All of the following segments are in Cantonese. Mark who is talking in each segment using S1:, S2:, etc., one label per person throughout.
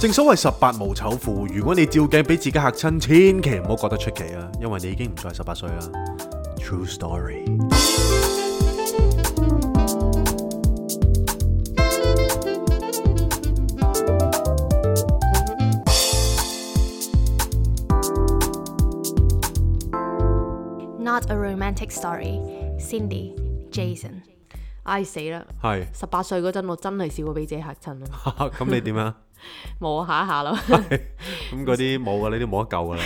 S1: 正所謂十八無醜婦，如果你照鏡俾自己嚇親，千祈唔好覺得出奇啊，因為你已經唔再係十八歲啦。True story。
S2: Not a romantic story. Cindy, Jason。
S3: 唉死啦！
S1: 係，
S3: 十八歲嗰陣，我真係試過俾自己嚇親啊！
S1: 咁你點啊？
S3: 冇啊，下一下啦，
S1: 咁嗰啲冇噶，呢啲冇得救噶啦，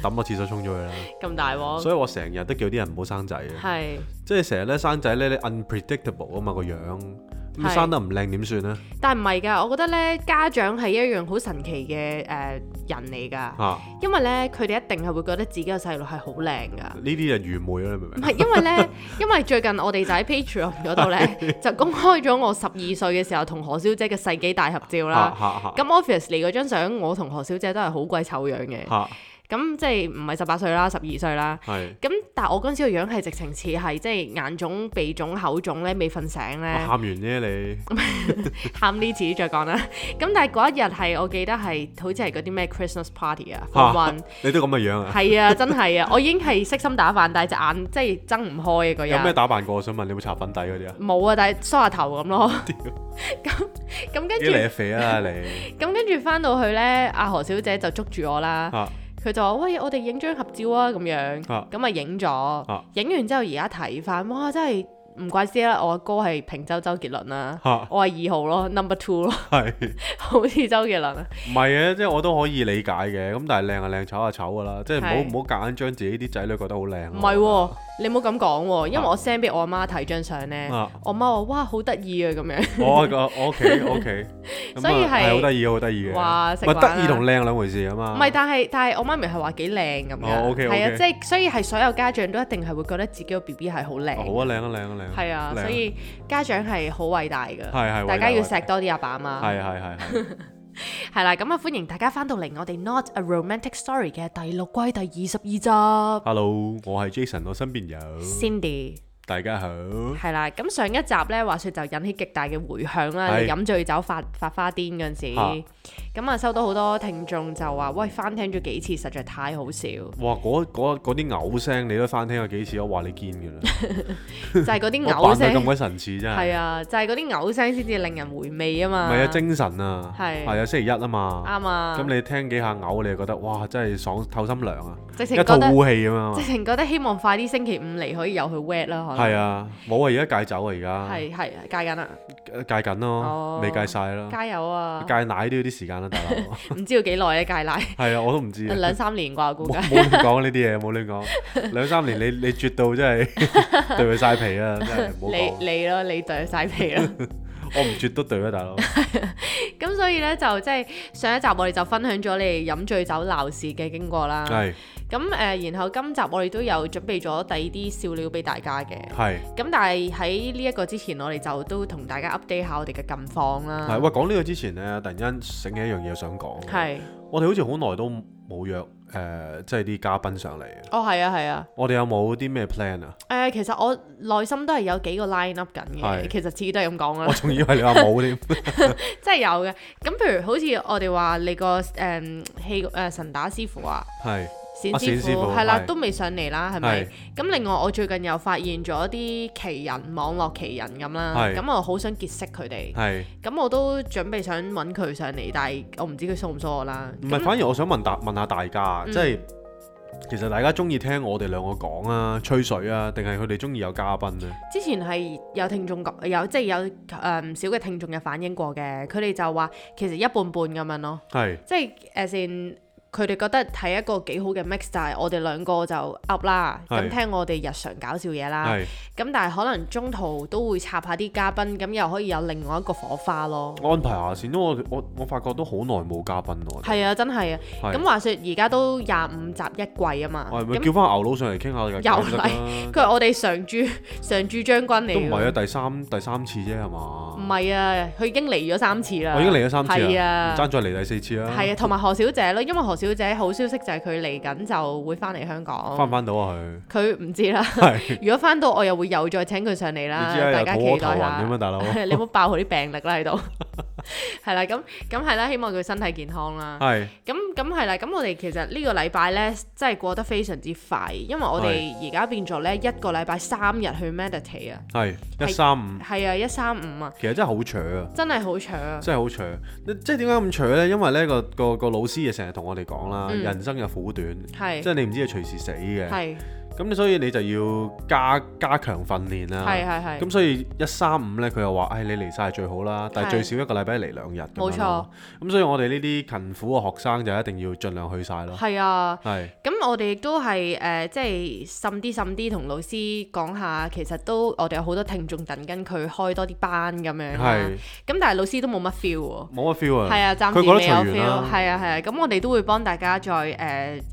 S1: 抌落廁所沖咗佢啦。
S3: 咁大鑊，
S1: 所以我成日都叫啲人唔好生仔嘅，
S3: 係。
S1: 即係成日咧生仔咧，你 unpredictable 啊嘛個樣，咁你
S3: 係
S1: 生得唔靚點算咧？
S3: 但唔係㗎，我覺得咧家長係一樣好神奇嘅誒、呃人嚟㗎，
S1: 啊，
S3: 因為咧佢哋一定係會覺得自己個細路係好靚㗎。
S1: 呢啲就愚昧啦，你明唔啊
S3: 唔
S1: 明？
S3: 係因為咧，因為最近我哋就喺 Patreon 嗰度咧， 就公開咗我十二歲嘅時候同何小姐嘅世紀大合照
S1: 嚇
S3: 啦。
S1: 嚇嚇
S3: 咁 obviously 嗰張相，我同何小姐都係好鬼醜樣嘅。
S1: 嚇，
S3: 咁即係唔係十八歲啦，十二歲啦。
S1: 係
S3: 咁但係我嗰陣時個樣係直情似係即係眼腫、鼻腫、口腫咧，未瞓醒
S1: 我
S3: 咧
S1: 喊，完啫你，
S3: 喊呢次再講啦。咁但係嗰一日係我記得係好似係嗰啲咩 Christmas party 啊，Form One
S1: 你都咁嘅樣啊？
S3: 係啊，真係啊，我已經係悉心打扮，但係 隻眼即係睜唔開啊個
S1: 有咩
S3: 人。
S1: 打扮過？我想問你有冇搽粉底嗰啲啊？
S3: 冇啊，但係梳下頭 咁咯。咁咁跟
S1: 幾
S3: 住
S1: 嚟肥啊 你？
S3: 咁跟住翻到去咧，阿何小姐就捉住我啦。
S1: 嚇
S3: 佢就話：喂，我哋影張合照啊，咁樣，
S1: 啊
S3: 咁啊影
S1: 啊
S3: 咗，影完之後而家睇翻，哇，真係唔怪之啦，我阿哥係平洲周杰倫啦，
S1: 嚇
S3: 我係二號咯，number two 咯，
S1: 係。
S3: 好似周杰倫啊，
S1: 唔係嘅，即係我都可以理解嘅。咁但係靚啊靚，醜啊醜噶啦，即係唔好
S3: 係
S1: 唔好夾硬將自己啲仔女覺得好靚
S3: 唔
S1: 咯。
S3: 係喎，你唔好咁講喎，因為我 send 俾我阿媽睇張相咧
S1: 啊，
S3: 我媽話：哇，好得意啊咁樣，
S1: 我個我 OK OK，
S3: 所以係
S1: 好得意嘅好得意嘅。
S3: 哇食
S1: 唔係
S3: 玩
S1: 得意
S3: 啊
S1: 同靚兩回事啊嘛。
S3: 唔係，但係但係我媽咪係話幾靚咁
S1: 哦
S3: 樣，
S1: ，OK，OK
S3: 係啊，即係所以係所有家長都一定係會覺得自己個 B B 係
S1: 哦
S3: 好
S1: 好
S3: 靚，
S1: 啊，靚啊靚啊靚啊。
S3: 係啊，
S1: 靚
S3: 所以家長係好偉大㗎，
S1: 係係偉大
S3: 大家要
S1: 偉大
S3: 錫多啲阿爸阿媽。
S1: 係啊係係係。
S3: 係啦，咁啊歡迎大家翻到嚟我哋 Not a Romantic Story 嘅第六季第二十二
S1: Hello，我係 Jason，我身邊有
S3: 集。Cindy
S1: 大家好。
S3: 係啦，咁上一集呢，話說就引起極大嘅迴響啦，
S1: 係
S3: 飲醉酒發發花癲嗰陣時，咁啊收到好多聽眾就話：喂，翻聽咗幾次，實在太好 笑，
S1: 哇！嗰嗰嗰啲嘔聲你都翻聽過幾次，我話你堅㗎啦。
S3: 就係嗰啲
S1: 我扮佢
S3: 嘔
S1: 咁
S3: 聲，
S1: 鬼神似真係。
S3: 係啊，就係嗰啲嘔聲先至令人回味啊
S1: 唔
S3: 嘛，
S1: 係啊，精神啊。
S3: 係
S1: 係啊，星期一啊嘛。
S3: 啱啊，
S1: 咁你聽幾下嘔，你就覺得哇，真係爽透心涼啊！
S3: 直情
S1: 一
S3: 覺
S1: 套
S3: 得
S1: 污氣咁樣啊嘛
S3: 直。情覺得希望快啲星期五嚟可以有去 wet 啦，可能
S1: 係啊，冇啊，而家戒酒啊，而家
S3: 係係戒緊啦，
S1: 呃戒緊咯，
S3: 哦
S1: 未戒晒啦，
S3: 加油啊！
S1: 戒奶都要啲時間啦，大 佬。
S3: 唔知要幾耐咧 戒奶？
S1: 係啊，我都唔知啊。
S3: 兩三年啩，估
S1: 冇
S3: 計。
S1: 冇亂講呢啲嘢，冇亂 講。兩三年你你絕到真係對佢晒皮啊，真係冇
S3: 你
S1: 講。
S3: 你咯，你對晒 皮咯。
S1: 我唔絕都對啊，大佬。
S3: 咁所以呢，就即係上一集我哋就分享咗你哋飲醉酒鬧事嘅經過啦。
S1: 係
S3: 咁誒、呃然後今集我哋都有準備咗第二啲笑料俾大家嘅。
S1: 係
S3: 咁但係喺呢一個之前，我哋就都同大家 update 下我哋嘅近況
S1: 係。
S3: 啦。
S1: 喂，講呢個之前咧，突然間醒起一樣嘢想講。
S3: 啊係，
S1: 我哋好似好耐都冇約誒，即係啲嘉賓上嚟。
S3: 哦係啊係啊。
S1: 我哋有冇啲咩 plan 啊？
S3: 誒、其實我內心都係有幾個 line up 緊
S1: 係
S3: 嘅，其實次次都係咁講
S1: 我
S3: 啦，
S1: 仲以為你話冇添。
S3: 即係有嘅。咁譬如好似我哋話你個誒、嗯戲誒、神打師傅啊。
S1: 係
S3: 冼
S1: 啊冼
S3: 師
S1: 師傅
S3: 傅係啦
S1: 係，
S3: 都未上嚟啦，係咪
S1: 係？
S3: 咁另外我最近又發現咗啲奇人網絡奇人咁啦，
S1: 係
S3: 咁我好想結識佢哋，
S1: 係。
S3: 咁我都準備想揾佢上嚟，但係我唔知佢送唔送我啦。
S1: 唔係，反而我想問大問下大家，啊
S3: 嗯
S1: 即係其實大家中意聽我哋兩個講啊、吹水啊，定係佢哋中意有嘉賓呢？
S3: 之前係有聽眾講，有即係有誒唔、少嘅聽眾有反映過嘅，佢哋就話其實一半半咁樣咯，
S1: 係
S3: 即係誒先。佢哋覺得係一個幾好嘅 mix，但係我哋兩個就 up 啦，
S1: 係
S3: 咁聽我哋日常搞笑嘢啦。
S1: 係
S3: 咁但係可能中途都會插下啲嘉賓，咁又可以有另外一個火花咯。
S1: 安排下先，因為我我我發覺都好耐冇嘉賓我哋。
S3: 係啊，真係啊。
S1: 係
S3: 咁話說而家都廿五集一季啊嘛。
S1: 我係咪
S3: 咁
S1: 叫翻牛佬上嚟傾下
S3: 又
S1: 偈得啦？
S3: 佢係我哋常駐常駐將軍 嚟
S1: 都唔係啊，
S3: 㗎。
S1: 第三第三次啫係嘛？
S3: 唔係啊，佢已經嚟咗三次啦。
S1: 哦我已經嚟咗三次
S3: 係
S1: 啦，
S3: 啊
S1: 唔爭再嚟第四次啦。
S3: 係啊，同埋何小姐咯，因為何小姐好消息就係佢嚟緊就會翻嚟香港。
S1: 翻唔翻到啊佢？
S3: 佢唔知啦。
S1: 係
S3: 如果翻到，我又會又再請佢上嚟
S1: 你
S3: 啦。
S1: 知啊，
S3: 啊大
S1: 又
S3: 家
S1: 肚
S3: 期
S1: 屙頭
S3: 待
S1: 暈
S3: 下
S1: 咁。啊，大佬。
S3: 你唔好爆佢啲病歷啦喺度。 係啦，咁咁係啦，希望佢身體健康啦。
S1: 係
S3: 咁咁係啦，咁我哋其實呢個禮拜呢，真係過得非常之快，因為我哋而家變咗呢一個禮拜三日去 meditate 啊，
S1: 係一三五，
S3: 係啊，一三五啊，
S1: 其實真係好扯啊！
S3: 真係好長啊，
S1: 真係好長，即係點解咁長呢？因為呢個個個老師亦成日同我哋講啦，人生嘅苦短，
S3: 嗯係
S1: 即係你唔知佢隨時死嘅，
S3: 係
S1: 咁你所以你就要加加強訓練啦。
S3: 係係係
S1: 啊咁所以一三五呢，佢又話：，唉、你嚟晒係最好啦，但係
S3: 係
S1: 最少一個禮拜嚟兩日咁樣咯。
S3: 冇錯
S1: 咁所以我哋呢啲勤苦嘅學生就一定要盡量去晒咯。
S3: 係啊。
S1: 係
S3: 咁我哋亦都係誒，即係滲啲滲啲同老師講下，其實都我哋有好多聽眾等緊佢開多啲班咁樣啦。
S1: 係
S3: 咁但係老師都冇乜 feel 喎。
S1: 冇乜 feel 啊。
S3: 啊係啊，暫時
S1: 佢
S3: 未
S1: 覺得
S3: 有
S1: 隨緣
S3: feel。
S1: 啦。
S3: 係啊係啊，咁我哋都會幫大家再誒誒、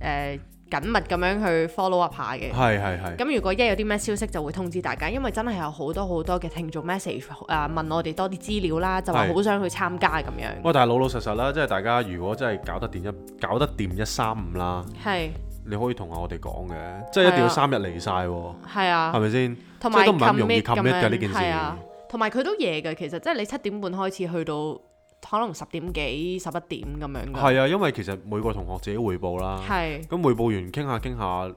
S3: 緊密咁樣去 follow up 下嘅。
S1: 係係係。
S3: 咁如果一有啲咩消息就會通知大家，因為真係有好多好多嘅聽眾 message 啊問我哋多啲資料啦，就話
S1: 係
S3: 好想去參加咁樣。
S1: 喂，但係老老實實啦，即係大家如果真係搞得掂一搞得掂一三五啦，
S3: 係
S1: 你可以同我哋講嘅，即係一定
S3: 係
S1: 要
S3: 啊
S1: 三日嚟晒喎，
S3: 係啊
S1: 係。咪先？
S3: 同
S1: 即
S3: 埋
S1: 係都唔係咁容易
S3: commit 咁
S1: commit 㗎呢件
S3: 樣，
S1: 事
S3: 係啊，同埋佢都夜嘅，其實即係你七點半開始去到可能十點幾、十一點咁樣㗎，
S1: 係啊啊，因為其實每個同學自己匯報啦，
S3: 嗯係啊
S1: 咁匯報完傾下傾下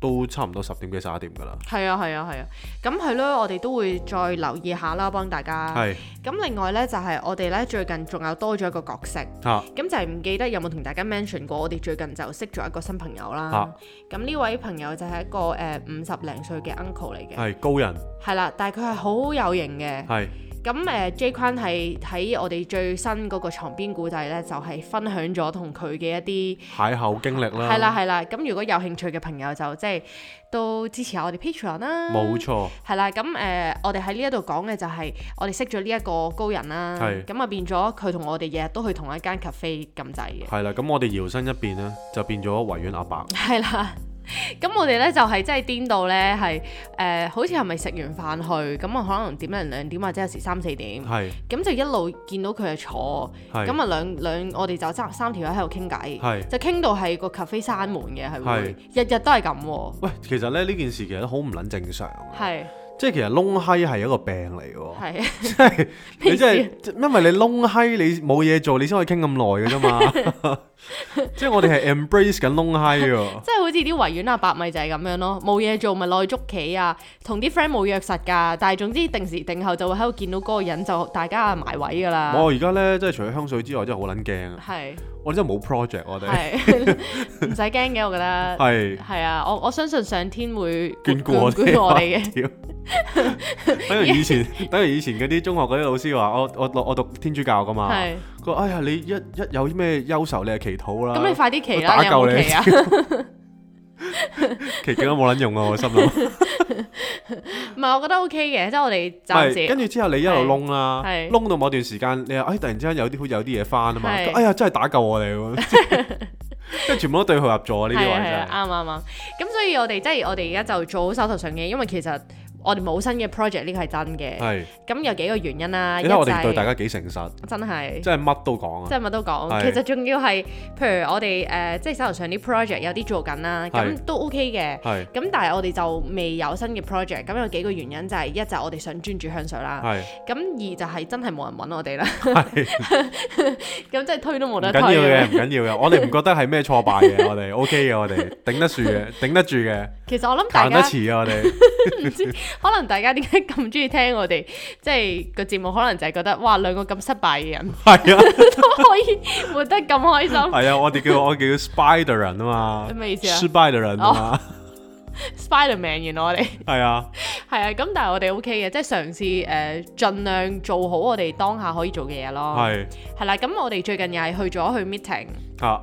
S1: 都差唔多十點幾十一點㗎啦。
S3: 係啊係啊係啊，咁係咯，我哋都會再留意下啦，幫大家。
S1: 係
S3: 咁另外呢，就係我哋呢最近仲有多咗一個角色，
S1: 嚇
S3: 咁就係唔記得有冇同大家 mention 過，我哋最近就識咗一個新朋友啦
S1: 啊。
S3: 咁呢位朋友就係一個誒五十零歲嘅 uncle 嚟嘅，
S1: 係高人
S3: 係啦，但係佢係好有型嘅。
S1: 係
S3: 咁誒、呃 J 坤係喺我哋最新嗰個床邊故仔呢，就係、分享咗同佢嘅一
S1: 邂逅經歷
S3: 啲
S1: 啦，
S3: 係啦係啦。咁如果有興趣嘅朋友就即係都支持下我哋 Patreon 啦。
S1: 冇錯，
S3: 係啦，咁誒、呃我哋喺呢一度講嘅就係我哋識咗呢一個高人啦，
S1: 係
S3: 咁啊變咗佢同我哋日日都去同一間 cafe 咁滯嘅，
S1: 係啦。咁我哋搖身一變呢，就變咗維園阿伯，
S3: 係啦。咁我哋呢就係、真係癲到呢，係誒、呃好似係咪食完飯去，咁啊可能點零兩點或者有時三四點，
S1: 係
S3: 咁就一路見到佢係坐，
S1: 係
S3: 嗯咁啊兩兩我哋就三三條友喺度傾偈，
S1: 係
S3: 就傾到係個 cafe 閂門嘅，係會
S1: 係
S3: 日日都係咁喎，
S1: 喂，其實咧呢件事其實都好唔撚正常，啊
S3: 係
S1: 即係其實窿閪係一個病嚟喎，
S3: 係
S1: 即係
S3: 咩啊
S1: 你真係因為你窿閪你冇嘢做，你先可以傾咁耐嘅啫嘛， 即係我哋係 embrace 緊窿閪喎，
S3: 即係啊好似啲維園阿伯咪就係咁樣咯，冇嘢做咪內捉棋啊，同啲 friend 冇約實㗎，但係總之定時定候就會喺度見到嗰個人就大家啊埋位㗎啦，
S1: 我而家咧即係除咗香水之外，真係好撚驚啊！
S3: 係
S1: 我哋真係冇 project，我哋
S3: 係啊 唔使驚嘅，我覺得
S1: 係
S3: 係啊，我我相信上天會
S1: 眷顧我
S3: 眷顧我哋嘅，
S1: 嘅。屌等於以 前， 等於以前嗰啲中學嗰啲老師話：我我我讀天主教噶嘛。
S3: 係
S1: 佢話：哎呀，你一一有咩憂愁，你係祈禱啦。
S3: 咁你快啲期
S1: 啊我打
S3: 啦，你有
S1: 救你
S3: 冇期啊？
S1: 祈禱都冇撚用啊！我心諗。
S3: 唔係，我覺得 OK 嘅，即係我哋暫
S1: 係跟
S3: 時
S1: 住之後你一路窿啦，
S3: 係係
S1: 窿到某段時間，你又哎突然之間有啲好似有啲嘢翻啊嘛。
S3: 係
S1: 哎呀，真係打救我哋喎！ 跟住全部都對號入座啊！呢啲
S3: 係
S1: 位
S3: 啊係啊
S1: 真係。
S3: 啱啱啱。咁所以我哋即係我哋而家就做好手頭上嘅，因為其實我哋冇新嘅 project 呢個係啊真嘅。
S1: 係，
S3: 咁有幾個原因啦，
S1: 你睇我哋
S3: 就嗯
S1: 對大家幾誠實，
S3: 真係。
S1: 真係乜都講
S3: 即
S1: 啊。
S3: 係乜都講，
S1: 係
S3: 其實仲要係，譬如我哋誒、呃即係手頭上啲 project 有啲做緊啦，
S1: 係
S3: 咁都 OK 嘅。
S1: 係
S3: 咁但係我哋就未有新嘅 project，咁有幾個原因就係、一就係我哋想專注香水啦，
S1: 係
S3: 咁二就係真係冇人揾我哋 啦，
S1: 係。
S3: 咁即係推都冇
S1: 唔
S3: 得
S1: 緊
S3: 推
S1: 要嘅，
S3: 嘅
S1: 唔。緊要嘅，我哋唔覺得係咩挫敗嘅，我 哋 OK 嘅，我哋頂得住嘅，頂得住嘅，
S3: 其實我諗大
S1: 彈得
S3: 家。
S1: 遲嘅，我哋
S3: 可能大家點解咁中意聽我哋 即係個節目？可能就係覺得哇，兩個咁失敗嘅人
S1: 係啊，
S3: 都可以活得咁開心。
S1: 係啊，我哋叫我叫 Spider 人啊嘛，
S3: 咩意思啊
S1: ？Spider 人啊嘛，
S3: Spiderman 原來我哋
S1: 係啊，
S3: 係啊，咁但係我哋 OK 嘅，即係嘗試誒，呃盡量做好我哋當下可以做嘅嘢咯。
S1: 係
S3: 係啦，咁我哋最近又係去咗去 meeting。
S1: 啊，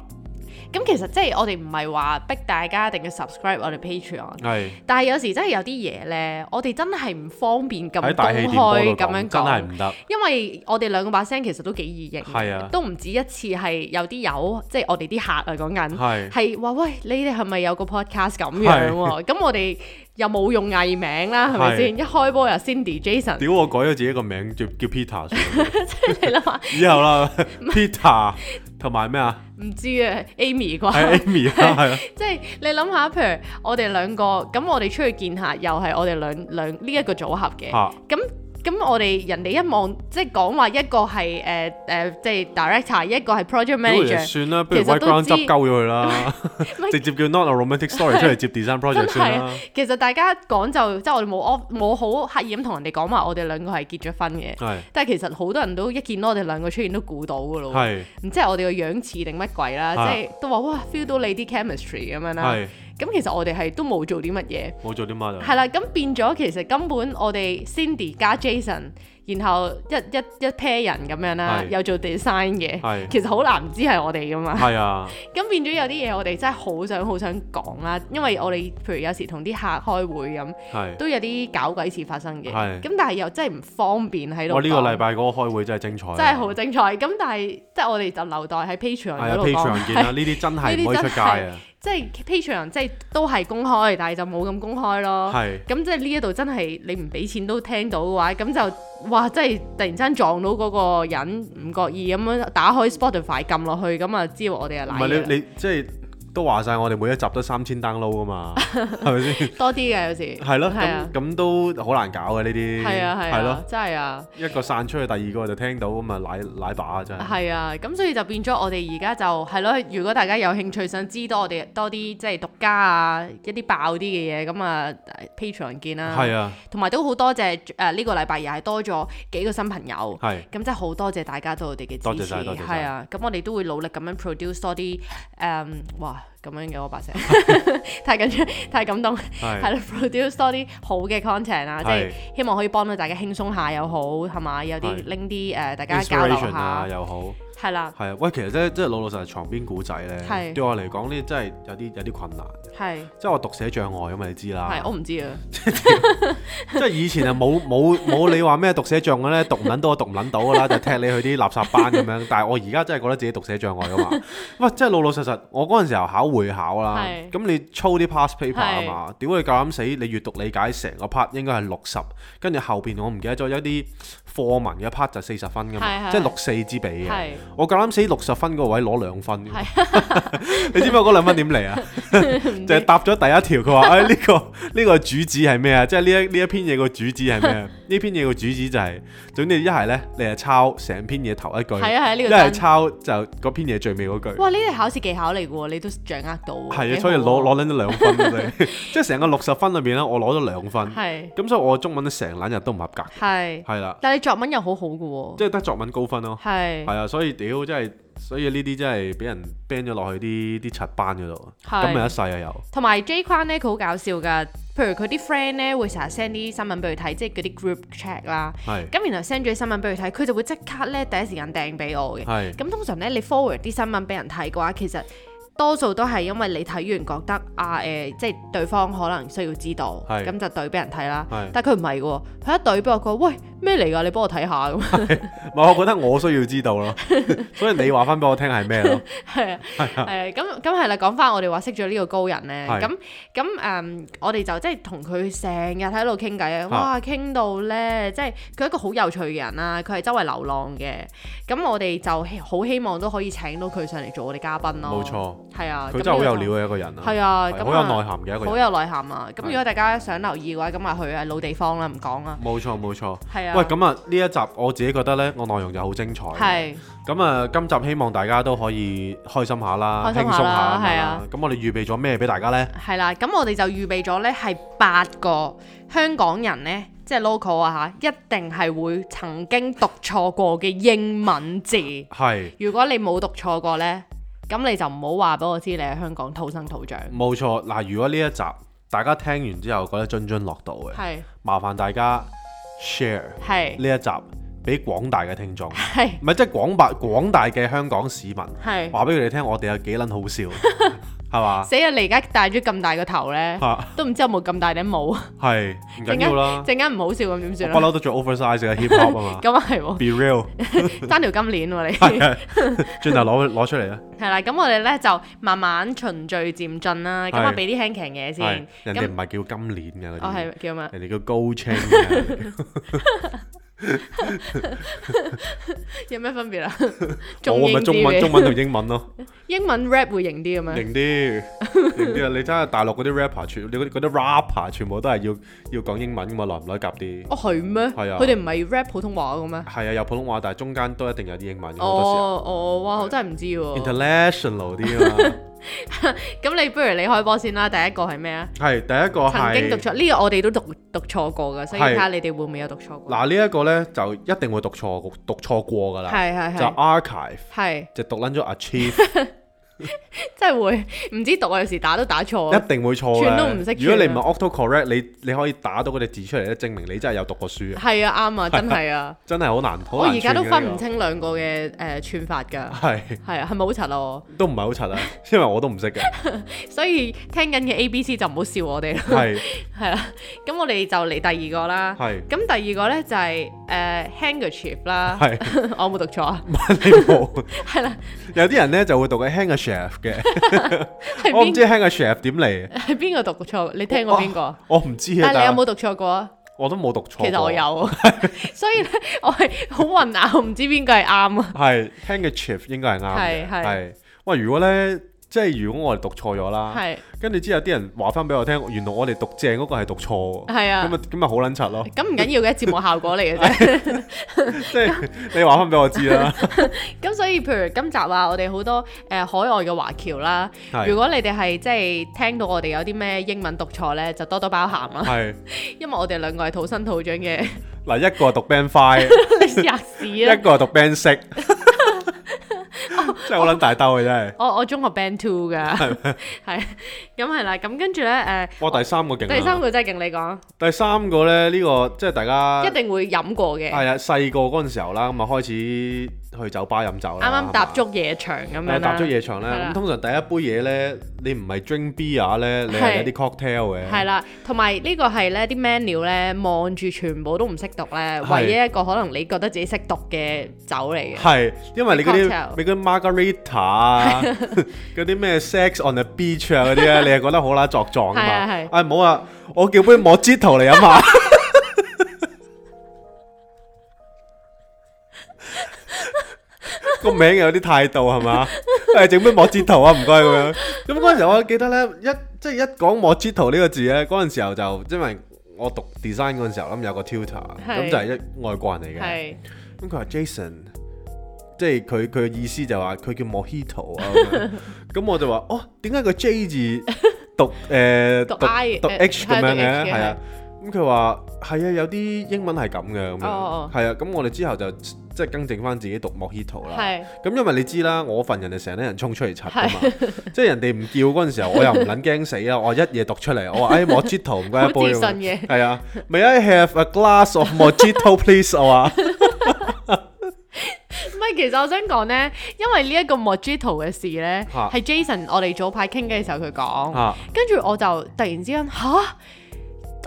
S3: 咁其實即係我哋唔係話逼大家一定要 subscribe 我哋 Patreon，
S1: 係
S3: 但係有時真係有啲嘢呢，我哋真係唔方便咁
S1: 喺
S3: 公
S1: 大氣電波
S3: 開咁
S1: 度
S3: 樣
S1: 講，真係
S3: 講。
S1: 唔得，
S3: 因為我哋兩個把聲其實都幾易型嘅，
S1: 係啊
S3: 都唔止一次係有啲友，即係我哋啲客啊講緊，
S1: 係
S3: 係話喂，你哋係咪有個 podcast 咁樣喎？咁我哋又冇用藝名啦，係咪
S1: 係
S3: 先？一開波又 Cindy、Jason，
S1: 屌我改咗自己個名叫叫 Peter，算 啦
S3: 你諗下，
S1: 以後啦 Peter 同埋 咩啊，
S3: 唔知啊 Amy
S1: 係
S3: 啩？
S1: Amy 啊， 係啊，
S3: 即係你諗下，譬如我哋兩個咁，我哋出去見客又係我哋兩兩呢一個組合嘅，
S1: 嚇
S3: 咁咁我哋人哋一望，即係講話一個係誒誒，即係 director，一個係 project
S1: 屌就
S3: manager，
S1: 算啦，不如
S3: 其實
S1: white
S3: 都
S1: ground
S3: 知
S1: 執鳩咗佢 啦，
S3: 係
S1: 直接叫 not a romantic story 出嚟接 design
S3: 真
S1: project 算
S3: 係
S1: 啦
S3: 啊。！其實大家講就即係我哋冇 off 冇好刻意咁同人哋講話，我哋兩個係結咗婚嘅。
S1: 係
S3: 但係其實好多人都一見到我哋兩個出現都估到噶咯喎。
S1: 係
S3: 唔知係我哋個樣似定乜鬼啦，
S1: 啊
S3: 即係都話哇 feel 到你啲 chemistry 咁樣啦。
S1: 係
S3: 咁其實我哋係都冇做啲乜嘢，
S1: 冇做啲乜啊？
S3: 係啦。咁變咗其實根本我哋 Cindy 加 Jason，然後一一一 pair 人咁樣啦，
S1: 係
S3: 有做 design 嘅，
S1: 係
S3: 其實好難唔知係我哋噶嘛。
S1: 係啊，
S3: 咁變咗有啲嘢我哋真係好想好想講啦，因為我哋譬如有時同啲客開會咁，
S1: 係。
S3: 都有啲搞鬼事發生嘅。
S1: 係
S3: 咁但係又真係唔方便喺度講。
S1: 我呢個禮拜嗰個開會真係精彩啊，
S3: 真係好精彩。咁但係即係我哋就留待喺 Patreon
S1: 係
S3: 嗰
S1: 啊
S3: 度講
S1: ，Patreon 見啦，呢啲真係唔可以出街啊，
S3: 即係 Patreon 即係都係公開，但係就冇咁公開咯。
S1: 係
S3: 咁即係呢一度真係你唔俾錢都聽到嘅話，咁就哇！真係突然間撞到嗰個人唔覺意咁樣打開 Spotify 撳落去，咁啊知道我哋係
S1: 唔
S3: 賴
S1: 係
S3: 嘢
S1: 你
S3: 啦
S1: 你即係都話晒我哋每一集都三千 download 噶 嘛，係咪先？
S3: 多啲嘅有時
S1: 係咯，
S3: 係啊
S1: 咁咁都好難搞嘅呢啲，
S3: 係啊係
S1: 係
S3: 啊
S1: 咯，，
S3: 真係啊
S1: 一個散出去，第二個就聽到咁啊，奶奶把啊真 係，
S3: 係啊，咁所以就變咗我哋而家就係咯。如果大家有興趣想知多我哋多啲即係獨家啊一啲爆啲嘅嘢，咁啊 Patreon 見啦。
S1: 係啊，
S3: 同埋都好多謝誒呢個禮拜又係多咗幾個新朋友，
S1: 係
S3: 咁真係好多謝大家對我哋嘅
S1: 多
S3: 支
S1: 謝
S3: 持，
S1: 晒多謝晒
S3: 係啊，咁我哋都會努力咁樣 produce 多啲誒、嗯哇咁樣嘅我把聲， 太緊張，太感動，
S1: 係
S3: 係啦，produce 多啲好嘅 content 啊，即係
S1: 係
S3: 希望可以幫到大家輕鬆下又好，係嘛，有啲
S1: 係
S3: 拎啲誒大家交流
S1: inspiration 啊
S3: 下，
S1: 又好，
S3: 係啦，
S1: 係啊，喂，其實咧即係老老實實床邊古仔咧，
S3: 係
S1: 對我嚟講呢真係有啲有啲困難，
S3: 係
S1: 即係我讀寫障礙啊嘛，你知
S3: 係，
S1: 啦
S3: 我，唔知啊，
S1: 即係以前啊冇 冇冇你話咩讀寫障礙咧，讀唔撚到我讀唔撚到噶啦，就踢你去啲垃圾班咁 樣，但係我而家真係覺得自己讀寫障礙噶嘛， 喂，即係老老實實，我嗰陣時候考會考啦，
S3: 係
S1: 咁你操啲 past paper 啊
S3: 係
S1: 嘛，屌你夠膽死，你閱讀理解成個 part 應該係六十，跟住後邊我唔記得咗有一啲課文嘅 part 就四十分噶嘛，
S3: 係
S1: 即係
S3: 係
S1: 六四之比嘅。
S3: 係
S1: 我夠膽死六十分嗰個位攞兩分， 你知唔知我嗰兩分點嚟啊？就係答咗第一條，佢話：， 哎誒呢個呢個主旨係咩啊？即係呢一呢一篇嘢個主旨係咩 啊？呢篇嘢個主旨就係，總之一係呢，你係抄成篇嘢頭一句，
S3: 係啊係啊呢
S1: 一
S3: 個
S1: 係
S3: 真，
S1: 抄就嗰篇嘢最尾嗰句，
S3: 哇呢啲係考試技巧嚟嘅喎，你都掌握到喎，
S1: 係
S3: 幾
S1: 啊，所以
S3: 好
S1: 攞
S3: 喎
S1: 攞撚咗兩分啊， 你 即係成個六十分裏邊呢，我攞咗兩分，
S3: 係
S1: 咁所以我中文成撚日都唔合格，
S3: 係，
S1: 係啦，
S3: 但係你作文又好好嘅喎。
S1: 即係得作文高分咯。
S3: 係
S1: 係啊，所以屌真係，所以呢啲真係俾人 ban 咗落去啲啲柒班嗰度，
S3: 係
S1: 咁咪一世啊又
S3: 同埋 J 框咧，佢好搞笑噶。譬如佢啲 friend 咧會成日 send 啲新聞俾佢睇，即係嗰啲 group chat 啦。
S1: 係
S3: 咁然後 send 咗啲新聞俾佢睇，佢就會即刻咧第一時間掟俾我嘅。
S1: 係
S3: 咁通常咧，你 forward 啲新聞俾人睇嘅話，其實多數都係因為你睇完覺得啊誒、即係對方可能需要知道，
S1: 嗯係
S3: 咁就對俾人睇啦
S1: 係。
S3: 但佢唔係嘅喎，佢一對俾我佢話：喂咩嚟㗎？你幫我睇下 咁。
S1: 唔係我覺得我需要知道 咯，所以你話翻俾我聽係咩咯？
S3: 係啊，係啊，咁咁係啦，講翻我哋話識咗呢個高人咧，
S1: 係
S3: 咁咁誒，我哋就即係同佢成日喺度傾偈啊，
S1: 啊
S3: 哇，傾到咧，即係佢係一個好有趣嘅人啦，佢係周圍流浪嘅，咁我哋就希好希望都可以請到佢上嚟做我哋嘉賓咯，
S1: 冇，錯，
S3: 係啊，
S1: 佢
S3: 咁
S1: 真係好有
S3: 呢個就
S1: 料嘅一個人啊，
S3: 係啊，
S1: 係
S3: 咁
S1: 好有內涵嘅一個
S3: 好
S1: 人，
S3: 有內涵啊，咁
S1: 係
S3: 如果大家想留意嘅話，咁啊去啊老地方啦，唔講啦，
S1: 冇錯冇錯。
S3: 係啊，
S1: 喂，咁啊呢一集我自己覺得呢，我內容就好精彩嘅。
S3: 係
S1: 咁啊，今集希望大家都可以開心下啦，輕
S3: 開心
S1: 鬆
S3: 下
S1: 下
S3: 啦
S1: 咁樣
S3: 係
S1: 啦
S3: 啊。
S1: 咁我哋預備咗咩俾大家呢？
S3: 係啦，咁我哋就預備咗呢係八個香港人呢，即係 local 啊嚇，一定係會曾經讀錯過嘅英文字。
S1: 係。
S3: 如果你冇讀錯過呢，咁你就唔好話俾我知你喺香港土生土長。
S1: 冇錯，嗱，如果呢一集大家聽完之後覺得津津樂道嘅，
S3: 係
S1: 麻煩大家 share
S3: 係
S1: 呢一集俾廣大嘅聽眾，唔
S3: 係
S1: 係即係廣白廣大嘅香港市民，
S3: 係。
S1: 話俾佢哋聽，我哋有幾撚好笑， 係嘛？
S3: 死啊！你而家戴咗咁大個頭呢，
S1: 嚇
S3: 都唔知有冇咁大頂帽。
S1: 係唔緊要啦，
S3: 陣間唔好笑咁點
S1: 我
S3: 算
S1: 不
S3: 啦？
S1: 嬲都做 oversize 嘅 hip hop 啊嘛
S3: 咁啊係喎，
S1: ，be real，
S3: 爭條金鏈喎你。
S1: 轉頭 攞攞出嚟啊啦，
S3: 係啦，咁我哋呢就慢慢循序漸進啦。咁啊，
S1: 係
S3: 俾啲輕強嘢
S1: 係
S3: 先。
S1: 人哋
S3: 咁哦
S1: 唔係叫金鏈嘅嗰
S3: 我
S1: 啲，
S3: 係叫咩？
S1: 哦人哋叫高清嘅，
S3: 有咩分別啊？
S1: 我咪中文中
S3: 啲嘅
S1: 文同英文 咯，
S3: 英文 rap 會型啲咁樣。
S1: 型 啲，型啲啊！你睇下大陸嗰啲 rapper 全，你嗰啲嗰啲 rapper 全部都係要要講英文噶嘛，耐唔耐夾啲？
S3: 哦，係咩？
S1: 係啊
S3: 佢哋唔係 rap 普通話嘅咩？
S1: 係啊，有普通話，但係中間都一定有啲英文嘅
S3: 哦
S1: 好多時候。
S3: 哦，哇！我真係唔知喎。
S1: International 啲啊 嘛，
S3: 咁你不如你開波先啦。第一個係咩啊？
S1: 係第一個
S3: 曾經讀
S1: 哦係
S3: 錯呢個我哋都讀讀錯過㗎，所以
S1: 係
S3: 睇下你哋會唔會有讀錯過。
S1: 嗱呢一個呢，就一定會讀錯讀錯過㗎啦，
S3: 係係
S1: 就啊
S3: 係
S1: archive
S3: 係，
S1: 就讀撚咗 achieve，
S3: 真係會唔知讀啊！有時打都打錯。
S1: 一定會錯
S3: 串都唔識
S1: 嘅。如果
S3: 串啊
S1: 你唔係 auto correct，你你可以打到嗰隻字出嚟咧，證明你真係有讀過書 啊！
S3: 係啊，啱啊，真係啊！
S1: 真係好難，好
S3: 我
S1: 難
S3: 而家都
S1: 串嘅
S3: 分
S1: 呢
S3: 唔
S1: 個
S3: 清兩個嘅誒串法㗎。
S1: 係
S3: 係啊，係咪好柒啊我？
S1: 都唔係好柒啊，因為我都唔識嘅。
S3: 所以聽緊嘅 A、B、C 就唔好笑我哋啦。
S1: 係
S3: 係啦，咁我哋就嚟第二個啦。
S1: 係
S3: 咁第二個咧就係、誒、handkerchief 啦，
S1: 係，
S3: 我有冇讀錯啊？
S1: 你冇係啦。有啲人咧就會讀嘅 hang a chef 嘅，
S3: 係
S1: 我唔知啊
S3: 邊
S1: hang a chef 點嚟。
S3: 係邊個讀錯？你聽過邊個？
S1: 我唔知啊，
S3: 但係你
S1: 但
S3: 有
S1: 係
S3: 冇讀錯過啊？
S1: 我都冇讀錯過。
S3: 其實 我有，所以咧我係好混淆，唔知邊個係啱啊。
S1: 係 hang a chef 應該係啱
S3: 係
S1: 嘅。
S3: 係
S1: 係喂，如果咧即係如果我哋讀錯咗啦，
S3: 係
S1: 跟住之後啲人話翻俾我聽，原來我哋讀正嗰個係讀錯喎。
S3: 係
S1: 咁
S3: 啊
S1: 啊，咁咪好撚柒 咯！
S3: 咁唔緊要嘅，節目效果嚟嘅啫。
S1: 即係你話翻俾我知 啦。
S3: 咁所以譬如今集啊，我哋好多誒、海外嘅華僑啦，如
S1: 係
S3: 果你哋係即係聽到我哋有啲咩英文讀錯咧，就多多包涵啊，
S1: 係
S3: 因為我哋兩個係土生土 長嘅，
S1: 嗱，一個係讀 band five，
S3: 你吔屎啊
S1: 一！個係讀 band six，真係好撚大兜嘅啊真係。
S3: 我我中學 band two 噶， 係咁係啦，咁跟住咧誒，
S1: 哇！第三個勁啊，
S3: 第三個真係勁你講，
S1: 第三個咧，呢、個即係大家
S3: 一定會飲過嘅，啱
S1: 啊係啊，細個嗰陣時候啦，咁啊開始去酒吧飲酒啦，
S3: 啱踏
S1: 係嘛
S3: 足夜場咁樣
S1: 係啊
S3: 啦，
S1: 踏足夜場咧，
S3: 係啦
S1: 咁通常第一杯嘢咧，你唔係 drink beer 咧，你係
S3: 係
S1: 有啲 cocktail
S3: 係
S1: 嘅，
S3: 啦，同埋呢個係咧啲 menu 咧望住全部都唔識讀咧，
S1: 係
S3: 唯一一個可能你覺得自己識讀嘅酒嚟嘅，
S1: 係因為你嗰
S3: 啲
S1: 啲
S3: cocktail
S1: 你嗰啲 margarita 啊， 嗰啲咩 sex on the beach 啊嗰啲 咧，你係覺得好啦作狀啊
S3: 係啊
S1: 嘛
S3: 係，
S1: 啊唔好啊，我叫杯 mojito 嚟飲 下，個名有啲態度係嘛？誒整杯莫折頭啊，唔該咁樣。咁嗰陣時我記得咧，一即係一講莫折頭呢個字咧，嗰陣時候就因為我讀 design 嗰陣時候，咁有個 tutor，咁
S3: 係
S1: 就係一外國人嚟嘅。
S3: 係
S1: 咁佢話 Jason，即係佢佢嘅意思就話佢叫 Mojito 啊。咁 樣咁我就話哦，點解個 J 字 讀誒
S3: 讀 I，
S1: 讀
S3: 誒
S1: H 咁
S3: 係讀
S1: 樣
S3: H
S1: 嘅？
S3: 嘅
S1: 係啊。咁佢話係啊，有啲英文係咁嘅咁樣，
S3: 哦哦
S1: 係啊。咁我哋之後就即係更正翻自己讀 Mojito 啦。
S3: 係
S1: 咁因為你知啦，我份人係成日咧人衝出嚟柒噶嘛， 即係人哋唔叫嗰陣時候，我又唔撚驚死啊！我一嘢讀出嚟，我話：哎，mojito 唔該
S3: 好
S1: 一杯
S3: 自
S1: 咁
S3: 信
S1: 樣。
S3: 嘅，
S1: 係啊，May I have a glass of mojito please？我 話
S3: 唔係其實我想講咧，因為呢一個 mojito 嘅事咧，
S1: 嚇
S3: 係 Jason 我哋早排傾嘅時候佢講。
S1: 嚇
S3: 跟住我就突然之間吓，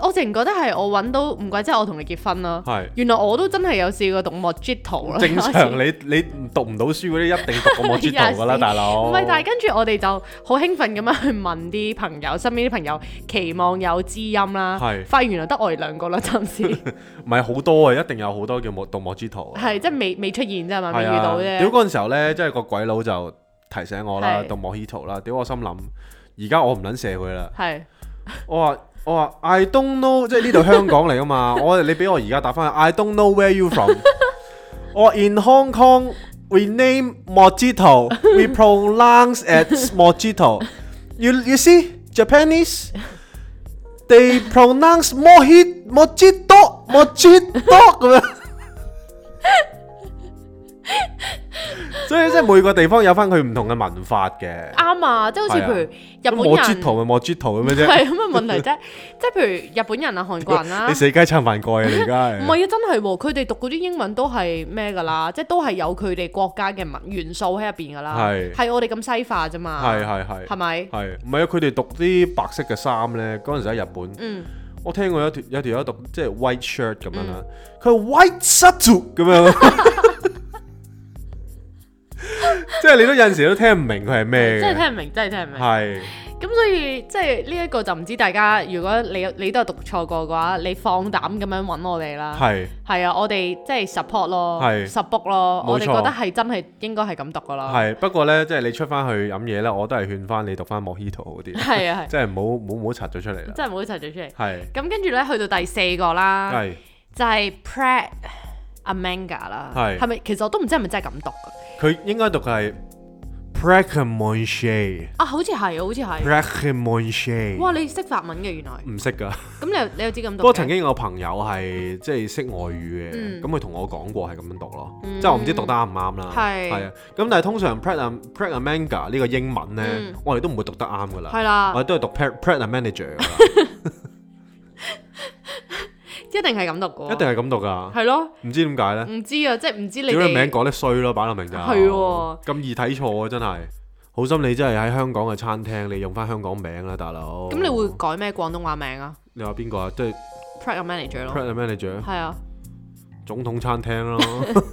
S3: 我淨覺得係我揾到唔怪之係我同你結婚啦。
S1: 係
S3: 原來我都真係有試過讀 mojito 啦。
S1: 正
S3: 開始
S1: 常，你你讀唔到書嗰啲一定讀過 mojito 噶啦，
S3: 哎呀
S1: 大佬。
S3: 唔 係，但係跟住我哋就好興奮咁樣去問啲朋友，身邊啲朋友期望有知音啦
S1: 係，
S3: 發現原來得我哋兩個啦，暫時
S1: 唔係好多啊，一定有好多叫莫讀 mojito 嘅。
S3: 係即係未未出現啫嘛，未遇
S1: 係
S3: 到
S1: 啊，屌
S3: 啫。
S1: 嗰陣時候咧，即係個鬼佬就提醒我啦，
S3: 係
S1: 讀 mojito 啦。屌我心諗，而家我唔撚射佢啦。
S3: 係
S1: 我話我話 I don't know，即係呢度香港嚟噶 嘛？我話你俾我而家打翻去 I don't know where you from。我話 in Hong Kong we name mojito we pronounce as mojito。You you see Japanese they pronounce mojito mojito mojito 咁樣。所以即係每個地方有翻佢唔同嘅文法嘅。
S3: 啱啊！即係好似
S1: 係啊
S3: 譬如日本人
S1: mojito 咪 mojito 咁樣啫。
S3: 係咁嘅問 題啫，即係譬如日本人啊、韓國人啦
S1: 你。死雞撐飯蓋啊！你而家
S3: 唔
S1: 係
S3: 係啊，真係喎！佢哋讀嗰啲英文都係咩㗎啦，即係都係有佢哋國家嘅文元素喺入邊㗎啦。
S1: 係
S3: 係我哋咁西化啫嘛。
S1: 係係
S3: 啊係
S1: 係
S3: 咪？
S1: 係，唔係啊！佢哋讀啲白色嘅衫咧，嗰陣時喺日本，
S3: 嗯，
S1: 我聽過有條有條友讀即係 white shirt 咁樣啦，佢係 white shirt 咁樣， 即係你都有陣時都聽唔明佢係咩
S3: 真係
S1: 嘅，
S3: 聽唔明，真係聽唔明。
S1: 係
S3: 咁所以即係呢一個就唔知大家，如果你你都係讀錯過嘅話，你放膽咁樣揾我哋啦。
S1: 係
S3: 係啊，我哋即係 support 咯
S1: 係
S3: ，support 咯，
S1: 冇
S3: 我哋
S1: 錯
S3: 覺得係真係應該係咁讀噶啦。
S1: 係，不過呢，即係你出翻去飲嘢呢，我都係勸翻你讀翻 Mojito 好啲，
S3: 係啊
S1: 即係唔好唔好唔好拆咗出嚟啦
S3: 係，。真係唔好一齊做出嚟。
S1: 係
S3: 咁跟住咧，去到第四個啦，
S1: 係，
S3: 就係 Pret a Manga 啦，
S1: 係
S3: 係咪？其實我都唔知係咪真係咁讀嘅
S1: 佢應該讀係 p r e c a m o n s h e
S3: 啊，好似係，好
S1: p
S3: 似係。
S1: r e c a m o n s h e
S3: 哇！你識法文嘅原來，
S1: 唔識㗎。
S3: 咁你又 你又知咁讀嘅？
S1: 不過曾經有個朋友係即係識外語嘅，
S3: 嗯
S1: 咁佢同我講過係咁樣讀咯，即係我唔知讀得啱唔啱啦。
S3: 係
S1: 係啊，咁但係通常 Pret a Pret a Manga 呢個英文咧
S3: 嗯，
S1: 我哋都唔會讀得啱噶啦。
S3: 係啦
S1: 我哋都係讀 Pret Pret a Manager 㗎
S3: 一定係咁讀嘅
S1: 啦，
S3: 喎，
S1: 一定係咁讀㗎。
S3: 係咯，
S1: 唔知點解咧？
S3: 唔知啊，即係唔哦知你
S1: 屌你名
S3: 哋
S1: 講得衰咯，擺到明就
S3: 係喎
S1: 咁易睇錯啊！真係好心你真係喺香港嘅餐廳，你用翻香港名啦，大佬。
S3: 咁，你會改咩廣東話名啊
S1: 你話邊個啊？即係
S3: ？Pret a Manager 咯，
S1: Pret a Manager
S3: 係啊，
S1: 總統餐廳咯，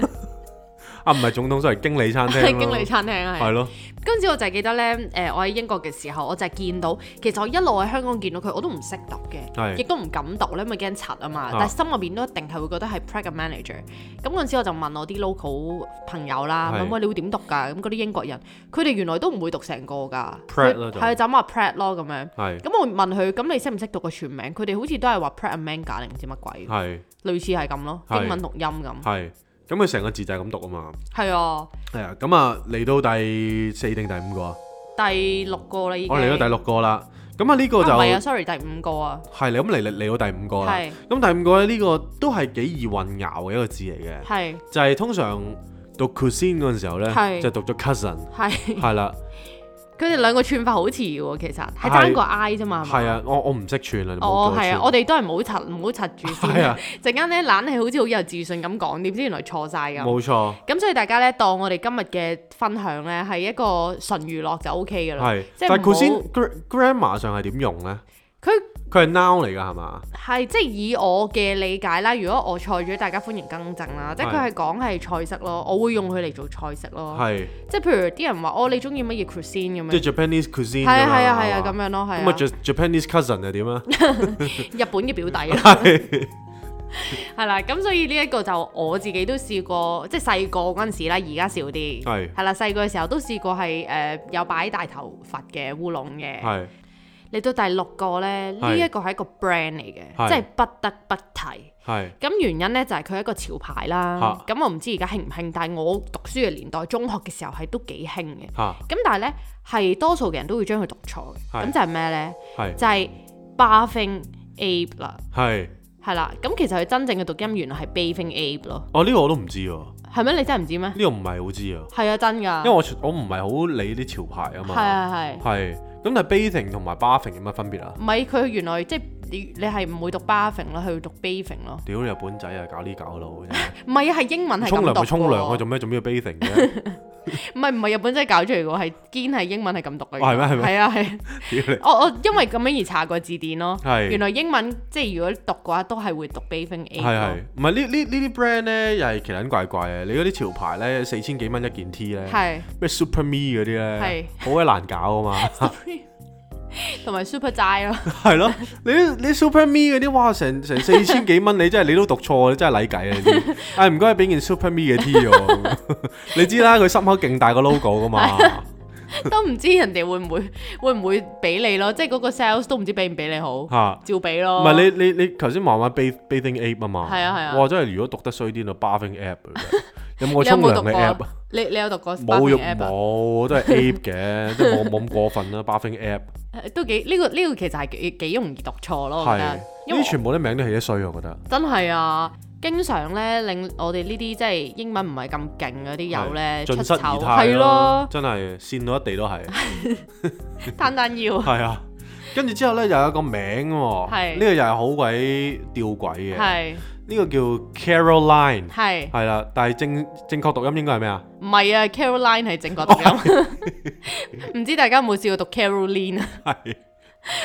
S1: 啊唔係總統，所係經理餐廳
S3: 係
S1: 咯，
S3: 經理餐廳啊，係
S1: 係。咯。
S3: 嗰陣時我就係記得咧，誒、我喺英國嘅時候，我就係見到，其實我一路喺香港見到佢，我都唔識讀
S1: 係
S3: 嘅，亦都唔敢讀咧，因為驚柒啊嘛。
S1: 啊
S3: 但係心入邊都一定係會覺得係 preg manager。咁嗰陣時我就問我啲 local 朋友啦，
S1: 係
S3: 問喂你會點讀㗎？咁嗰啲英國人，佢哋原來都唔會讀成個㗎
S1: Pratt 啦就
S3: 係就咁話 preg 咯咁樣。
S1: 係
S3: 咁我問佢，咁你識唔識讀個全名？佢哋好似都係話 preg manga 定唔知乜鬼，
S1: 係
S3: 類似係咁咯，
S1: 係
S3: 英文讀音咁。
S1: 係，咁佢成個字就係咁讀啊嘛。
S3: 係啊，
S1: 係啊，咁啊嚟到第四定第五個啊，
S3: 第六個啦已經。
S1: 哦我嚟到第六個啦。咁啊呢個
S3: 啊
S1: 就哦
S3: 唔係啊
S1: 係
S3: ，sorry，第五個啊，
S1: 你咁嚟嚟到第五個啦。
S3: 係
S1: 咁第五個咧呢個都係幾易混淆嘅一個字嚟嘅，
S3: 係
S1: 就係通常讀 cousin 嗰陣時候咧，
S3: 係
S1: 就讀咗 cousin，
S3: 係。
S1: 係啦，
S3: 佢哋兩個串法好似喎，其實係爭個 I 啫嘛，係
S1: 係
S3: 咪？
S1: 啊，我我唔識串啊，你冇
S3: 哦
S1: 叫，我
S3: 係啊，
S1: 串
S3: 我哋都係唔好柒唔好柒 住
S1: 係啊
S3: 先。陣間咧，懶係好似好有自信咁講，點知原來錯晒咁。
S1: 啊冇錯，
S3: 咁所以大家咧，當我哋今日嘅分享咧係一個純娛樂就 O K 噶啦
S1: 係。。
S3: 即
S1: 但係
S3: 係唔好
S1: cousin gra- grammar 上係點用咧？
S3: 佢
S1: 佢係 noun 嚟㗎係嘛？
S3: 係即係以我嘅理解啦，如果我錯咗，大家歡迎更正啦。即係佢
S1: 係
S3: 係講係菜式咯，我會用佢嚟做菜式咯。
S1: 係，
S3: 即係譬如啲人話哦，你中意乜嘢 cuisine 咁
S1: 即係
S3: 樣，
S1: Japanese cousin
S3: 係啊係啊係
S1: 係嘛
S3: 啊咁樣咯，
S1: 咁
S3: 係
S1: 啊
S3: 啊。
S1: Ja- Japanese cousin 係點 啊？
S3: 日本嘅表弟啦。係啦，咁所以呢一個就我自己都試過，即係細個嗰陣時啦，而家少啲。
S1: 係
S3: 係啦，細個嘅時候都試過係誒、呃有擺大頭佛嘅烏龍嘅。
S1: 係
S3: 嚟到第六個咧，呢一個係一個 brand 嚟
S1: 係
S3: 嘅，即係不得不提。
S1: 係
S3: 咁原因咧就係佢係一個潮牌啦
S1: 嚇。
S3: 咁我唔知而家興唔興，但係我讀書嘅年代，中學嘅時候係都幾興嘅。
S1: 嚇
S3: 咁但係咧係多數嘅人都會將佢讀錯嘅。
S1: 係
S3: 咁就係咩咧？
S1: 係
S3: 就係 Bathing Ape 啦。
S1: 係，
S3: 係啦，咁其實佢真正嘅讀音原來係 bathing ape 咯，
S1: 哦呢個我都唔知喎，呢
S3: 係咩？你真係唔知咩？
S1: 個唔係好知啊，
S3: 係啊，真㗎，
S1: 因為我我唔係好理啲潮牌啊
S3: 係
S1: 嘛，
S3: 係係，
S1: 係咁但係 bathing 同埋 bathing 有乜分別啊？
S3: 唔係佢原來即係你你係唔會讀 bathing 啦，佢會讀 bathing 咯，
S1: 屌日本仔啊，搞呢搞路真 係，
S3: 唔係啊，係英文係
S1: 沖
S3: 咁
S1: 涼
S3: 讀
S1: 咪沖涼啊，
S3: 喎
S1: 做咩做咩要 bathing 嘅？
S3: 唔係唔係日本真係搞出嚟嘅喎，係堅係英文係咁讀嘅，
S1: 哦係咩係咩
S3: 係啊係，
S1: 屌
S3: 我我因為咁樣而查過字典咯，
S1: 係
S3: 原來英文即係如果讀嘅話都係會讀 bathing
S1: 你係
S3: ape 咯
S1: 係，唔係呢呢呢啲 brand 咧又係奇撚怪怪嘅，你嗰啲潮牌咧四千幾蚊一件 T 咧，
S3: 係
S1: 咩 Super Me 嗰啲咧
S3: 係，
S1: 好鬼難搞啊 嘛。
S3: 同埋 super 齋咯，
S1: 係咯，你你 Super Me 嗰啲，哇，成成四千幾蚊，你真係你都讀錯，你真係禮計啊！你 知唉，唔該，俾件 Super Me 嘅 T 喎， 你知啦，佢心口勁大個 logo 噶啊 嘛，
S3: 啊都唔知人哋會唔會會唔會俾你咯，即係嗰個 sales 都唔知俾唔俾你好，
S1: 嚇，
S3: 照俾咯，
S1: 唔係你你你頭先話話 bath- bathing app 啊嘛，
S3: 係啊係啊
S1: 哇，真係如果讀得衰啲就 bathing app 啊 真係有冇個
S3: 你有
S1: 沖
S3: 冇
S1: 涼
S3: 讀
S1: 嘅 app
S3: 過
S1: 啊？？
S3: 你你有讀過
S1: 冇
S3: Sparkling
S1: 用
S3: app 啊
S1: 冇，都係 app 嘅，即係冇冇咁過分啦，bathing app
S3: 都幾呢個呢個其實係幾幾容易讀錯咯，我覺
S1: 係，
S3: 得
S1: 呢，
S3: 哦因為
S1: 啲全部啲名都起得衰，我覺得
S3: 真係啊，經常咧令我哋呢啲即係英文唔係咁勁嗰啲友咧
S1: 係
S3: 出
S1: 盡失
S3: 醜，
S1: 儀態
S3: 係咯，
S1: 真係跣到一地都係。
S3: 單 單要
S1: 係啊，跟住之後咧又有個名喎、
S3: 係
S1: 呢個又係好鬼吊詭嘅，
S3: 係
S1: 呢個叫 Caroline，
S3: 係
S1: 係啦，但係正正確讀音應該係咩啊？
S3: 唔係啊？Caroline 係正 確讀音， 唔知大家有冇試過讀 Caroline 啊？
S1: 係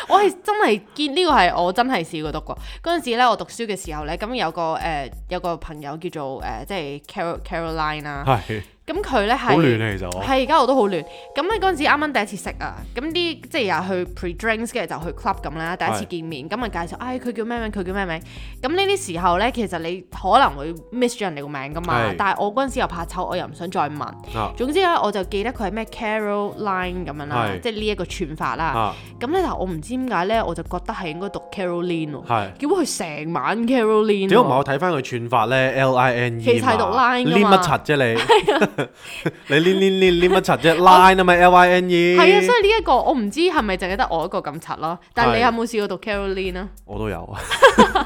S3: 我係真係見呢個係我真係試過讀過嗰陣時咧，我讀書嘅時候咧，咁有個誒、呃有個朋友叫做誒、呃即係 Carol Caroline 啦、
S1: 係
S3: 咁佢咧
S1: 好亂
S3: 係
S1: 啊，其實我
S3: 係而家我都好亂。咁咧嗰陣時啱啱第一次識啊，咁啲即係又去 pre drinks，跟住就去 club 咁啦。第一次
S1: 係
S3: 見面，咁咪介紹，唉佢叫咩名，佢叫咩名。咁呢啲時候咧，其實你可能會 miss 咗人哋個名噶嘛
S1: 係。
S3: 但係我嗰陣時又怕醜，我又唔想再問。
S1: 啊
S3: 總之咧，我就記得佢係咩 Caroline 咁樣啦
S1: 係，
S3: 即係呢一個串法啦。
S1: 啊
S3: 咁咧，但係我唔知點解咧，我就覺得係應該讀 Caroline 喎。
S1: 係。
S3: 結果佢成晚
S1: 點
S3: Caroline
S1: 解唔係
S3: 喎
S1: 我。睇翻佢串法咧？L I N E
S3: 其實係讀
S1: 嘛
S3: line 㗎
S1: 黏乜
S3: 嘛啊
S1: 柒啫 你？ 你黏黏黏黏乜柒啫？line 啊嘛，L I N E。
S3: 係啊，所以呢一個我唔知係咪淨係得我一個咁柒咯。但係你
S1: 係
S3: 有冇試過讀 Caroline 啊？
S1: 我都有，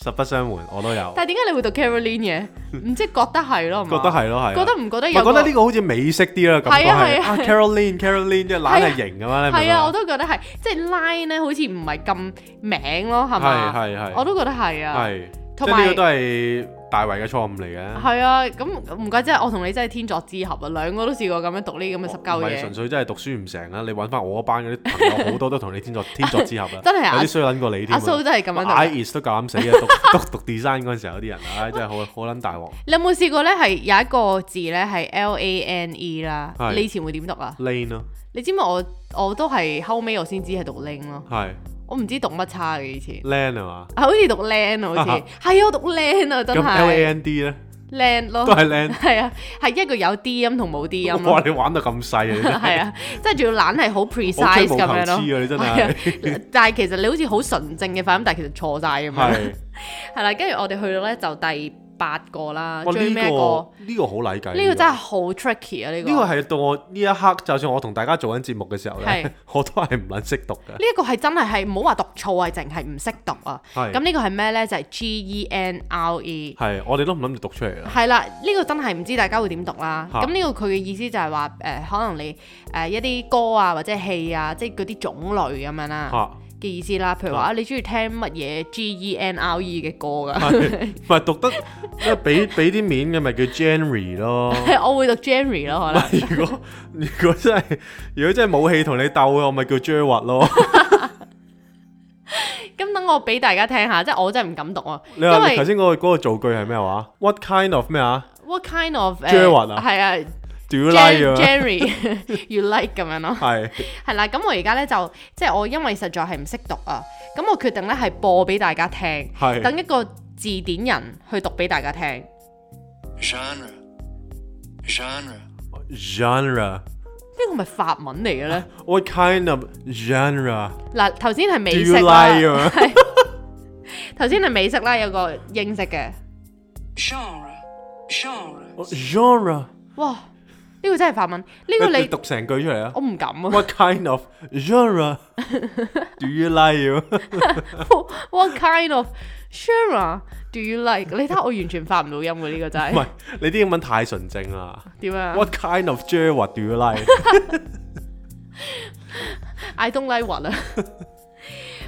S1: 實不相瞞，我都有，
S3: 但係點解你會讀 Caroline 嘅？唔知覺得係咯，係嘛
S1: 覺得，係咯，係啊。
S3: 覺得唔覺得
S1: 唔
S3: 有
S1: 係
S3: 個？
S1: 覺得呢個好似美式啲啦，感覺
S3: 係啊
S1: 係
S3: 係啊
S1: 啊，Caroline，Caroline 即係懶係型咁樣咧，
S3: 係啊，我
S1: 都
S3: 都覺得係，即係 line 咧，好似唔係咁名咯，係
S1: 係
S3: 嘛？
S1: 係係，
S3: 我都覺得係啊，
S1: 係，即
S3: 同
S1: 係呢
S3: 埋
S1: 個都係大衞嘅錯誤嚟嘅，
S3: 係啊，咁唔怪之係我同你真係天作之合啊，兩個都試過咁樣讀呢啲咁嘅濕
S1: 唔
S3: 鳩
S1: 係純
S3: 嘢，
S1: 粹真係讀書唔成啊啦，你揾翻我嗰班嗰啲朋友好多都同你天 作天作之合啊，
S3: 真係啊
S1: 有啲衰撚過你添
S3: 阿
S1: 啊
S3: 蘇都係咁樣讀嘅。
S1: ，I is 都夠膽死啊，讀 讀讀 design 嗰陣時候有啲人，唉真係好好撚大鑊
S3: 你有冇試過咧？係有一個字咧係 L A N E 啦，
S1: 係
S3: 你以前會點讀啊？
S1: ，lane 咯，
S3: 你知唔知我我都係後尾我先知係讀 ling 咯，
S1: 係
S3: 我唔知讀乜叉嘅以前，
S1: lan 係嘛，
S3: 啊好似讀 lan 啊好似係啊，我讀 lan 啊真
S1: 咁 L A
S3: 係
S1: N D 咧
S3: lan
S1: 都
S3: 咯，
S1: 係 lan，
S3: 係啊係一個有 D 音同冇 D 音
S1: 哇
S3: 咯，
S1: 你玩到咁細啊你真係，
S3: 係啊，即係仲要懶係好
S1: 好
S3: precise
S1: 吹毛
S3: 咁
S1: 求
S3: 樣
S1: 疵
S3: 咯。
S1: 啊你真
S3: 係
S1: 係
S3: 啊。但係其實你好似好純正嘅發音，但係其實錯晒咁樣。
S1: 係。
S3: 係啦，跟住我哋去到咧就第八個啦，
S1: 哇！
S3: 最
S1: 呢
S3: 尾一個
S1: 個呢個好禮計，
S3: 呢個真係好 tricky 啊！呢個
S1: 呢個係到我呢一刻，就算我同大家做緊節目嘅時候
S3: 係
S1: 咧， 我都係唔撚識讀嘅。
S3: 呢一個係真係係唔好話讀錯，係淨係唔識讀啊！
S1: 係
S3: 咁呢個係咩呢？就係 G E N R E。
S1: 係，我哋都唔諗住讀出嚟 啦。
S3: 係啦，呢、個真係唔知大家會點讀啦。
S1: 嚇
S3: 咁呢、個佢嘅意思就係話誒，可能你誒、呃一啲歌啊或者戲啊，即係嗰啲種類咁樣啦
S1: 嚇，
S3: 嘅意思啦。譬如話
S1: 嚇
S3: 啊，你中意聽乜嘢 G E N R E 嘅歌㗎？
S1: 唔係讀得，因為俾俾啲面嘅咪叫 January 咯。
S3: 我會讀 Jerry 咯，可能。
S1: 如果 如果真係如果真係冇戲同你鬥嘅，我咪叫 j 核 咯。
S3: 咁等我俾大家聽下，即係我真係唔敢讀啊，
S1: 你
S3: 因
S1: 話你
S3: 為
S1: 頭先嗰個嗰個造句係咩話？What kind of 咩啊
S3: what kind of 誒
S1: Gerard 啊
S3: 係啊
S1: Do you like 啊咁樣？
S3: ，Jerry you like 咁樣咯。
S1: 係
S3: 係啦，咁我而家咧就即係我因為實在係唔識讀啊，咁我決定咧係播俾大家聽，
S1: 係
S3: 等一個字典人去讀俾大家聽。
S4: Genre. Genre.
S1: genre。
S3: 呢個咪法文嚟嘅咧？
S1: What kind of genre
S3: 嗱，頭先係
S1: do
S3: 美
S1: you
S3: 式
S1: like 咁
S3: 啦，
S1: 樣？
S3: 頭先係美式啦，有個英式嘅，
S4: Genre. Genre.
S1: genre
S3: 哇！呢個真係法文，呢個
S1: 你
S3: 你
S1: 讀成句出嚟啊！
S3: 我唔敢啊
S1: What kind of genre do you like？
S3: ！What kind of genre do you like？你睇下我完全發唔到音嘅呢個真
S1: 唔
S3: 係
S1: 係，你啲英文太純正啦。
S3: 點啊
S1: What kind of genre do you like？
S3: ？I don't like what 啊！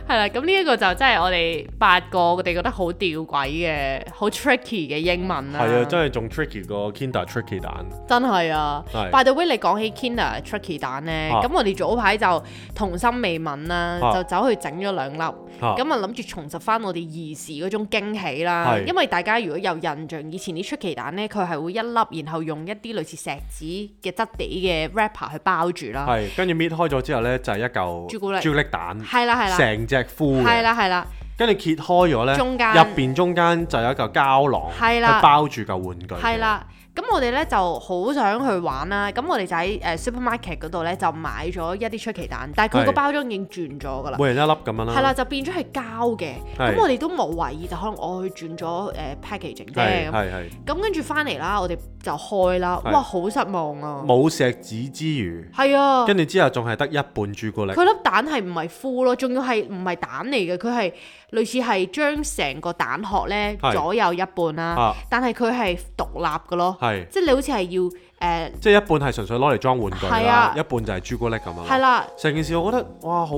S3: 係啦，咁呢一個就真係我哋八個我哋覺得好吊詭嘅、好 tricky 嘅英文啦。
S1: 係啊，真係仲 tricky 過 Kinder tricky 蛋。
S3: 真係啊
S1: 係
S3: ！By the way，你講起 Kinder Tricky 蛋呢，
S1: 啊
S3: 咁、我哋早排就童心未泯啦，
S1: 啊
S3: 就走去整咗兩粒，咁
S1: 啊
S3: 啊諗住重拾翻我哋兒時嗰種驚喜啦。
S1: 係
S3: 因為大家如果有印象，以前啲出奇蛋呢，佢係會一粒，然後用一啲類似石子嘅質地嘅 wrapper 去包住啦。
S1: 係，跟住搣開咗之後咧，就係一嚿
S3: 啊朱古力
S1: 朱古力蛋，
S3: 係啦係啦
S1: 成隻敷嘅
S3: 係啦係啦，
S1: 跟住揭開咗咧，
S3: 中間
S1: 入邊中間就有一嚿膠囊，
S3: 係啦
S1: 去包住嚿玩具。
S3: 係，啦。咁我哋咧就好想去玩啦，咁我哋就喺誒、呃 supermarket 嗰度咧就買咗一啲出奇蛋，但係佢個
S1: 係
S3: 包裝已經轉咗㗎啦。
S1: 每人一粒咁樣啦。
S3: 係啦，就變咗係膠嘅。
S1: 係
S3: 咁我哋都冇懷疑，就可能我去轉咗誒呃
S1: 係，
S3: packaging 啫。咁
S1: 係係
S3: 咁跟住翻嚟啦，我哋就開啦。
S1: 係
S3: 哇，好失望啊！
S1: 冇石子之餘，
S3: 係啊，
S1: 跟住之後仲係得一半朱古力。
S3: 佢粒蛋係唔係敷咯？仲要係唔係蛋嚟嘅？佢係類似係將成個蛋殼咧
S1: 係
S3: 左右一半啦，
S1: 啊，
S3: 但係佢係獨立嘅咯。
S1: 係。
S3: 即係你好似係要呃誒
S1: 即係一半係純粹攞嚟裝玩具
S3: 係
S1: 啦
S3: 啊，
S1: 一半就係朱古力咁樣啦。
S3: 係啦，
S1: 成件事我覺得哇，好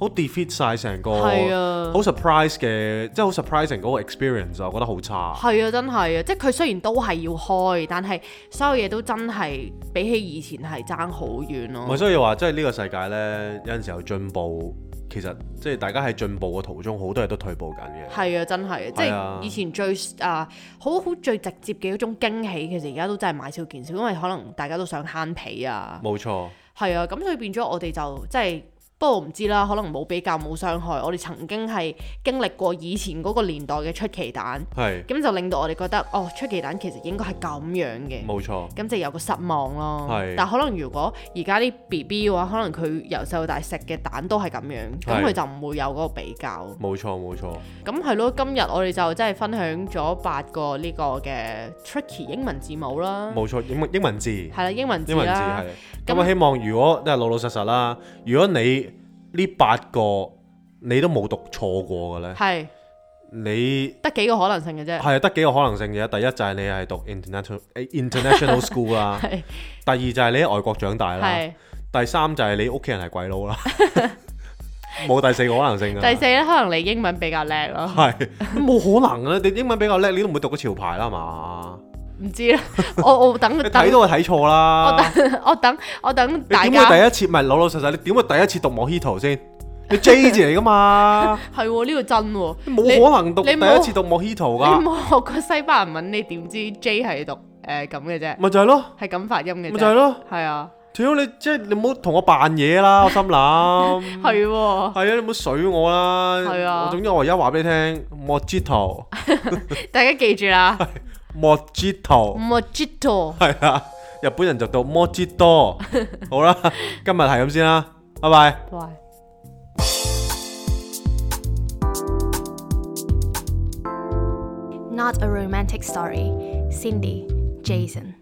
S1: 好 defeat 晒成個，
S3: 係啊
S1: 好 surprise 嘅，即係好 surprising 嗰個 experience 啊，我覺得好差。
S3: 係啊，真係啊！即係佢雖然都係要開，但係所有嘢都真係比起以前係爭好遠
S1: 咪
S3: 咯。
S1: 所以話，即係呢個世界呢，有陣時候進步其實即係大家喺進步嘅途中，好多嘢都退步緊嘅。
S3: 係啊，真係，即
S1: 係啊
S3: 係以前最啊好好最直接嘅一種驚喜，其實而家都真係買少見少，因為可能大家都想慳皮啊，
S1: 冇錯，
S3: 係啊，咁所以變咗我哋就即係。不過唔知啦，可能冇比較冇傷害。我哋曾經係經歷過以前嗰個年代嘅出奇蛋，
S1: 係
S3: 咁就令到我哋覺得哦，出奇蛋其實應該係咁樣嘅。
S1: 冇錯，
S3: 咁就有個失望咯
S1: 係。
S3: 但可能如果而家啲 B B 嘅話，可能佢由細到大食嘅蛋都係咁樣，咁
S1: 係
S3: 佢就唔會有嗰個比較。
S1: 冇錯，冇錯。
S3: 咁係咯，今日我哋就真係分享咗八個呢個嘅 tricky 英文字母啦，
S1: 冇錯，英文英文字，
S3: 係啦，英文字
S1: 英文字
S3: 啦
S1: 係。。
S3: 咁
S1: 咁我希望如果都係老老實實啦，如果你呢八個你都冇讀錯過嘅呢，
S3: 係
S1: 你
S3: 得幾個可能性嘅啫。
S1: 係得幾個可能性嘅。第一就係你係讀 international 誒 international school 啦，
S3: 係
S1: 第二就係你喺外國長大啦，
S3: 係
S1: 第三就係你屋企人係鬼 佬啦，冇第四個可能性㗎。
S3: 第四咧，可能你英文比較叻咯，
S1: 係冇可能啊！你英文比較叻，你都唔會讀個潮牌啦嘛？
S3: 唔知啦。我我等
S1: 你睇
S3: 等，
S1: 到就睇錯
S3: 我
S1: 啦。
S3: 等 我等我等
S1: 你
S3: 大
S1: 點
S3: 家
S1: 會第一次咪老老實實？你點會第一次讀 Mojito 先？你 J 字嚟噶嘛？
S3: 係喎，呢個真喎。
S1: 冇
S3: 你
S1: 可能讀
S3: 你
S1: 第
S3: 冇
S1: 一次讀 Mojito
S3: 你
S1: 噶，
S3: 冇 學過西班牙文，你點知 J 係讀誒咁嘅啫？
S1: 咪就係咯，
S3: 係咁發音
S1: 咪
S3: 嘅啫。
S1: 就係咯。
S3: 係啊，
S1: 屌你即係你唔好同我扮嘢啦，我心諗
S3: 係喎。
S1: 係啊，你唔好水我啦。
S3: 係啊
S1: 我總之我而家話俾你聽，Mojito 嗯
S3: 大家記住 啦嗯
S1: Mojito
S3: ，mojito，
S1: 係啊，日本人就讀 Mojito。好 啦，今日係咁先啦，拜拜。
S3: 喂。
S2: Not a Romantic Story, Cindy, Jason.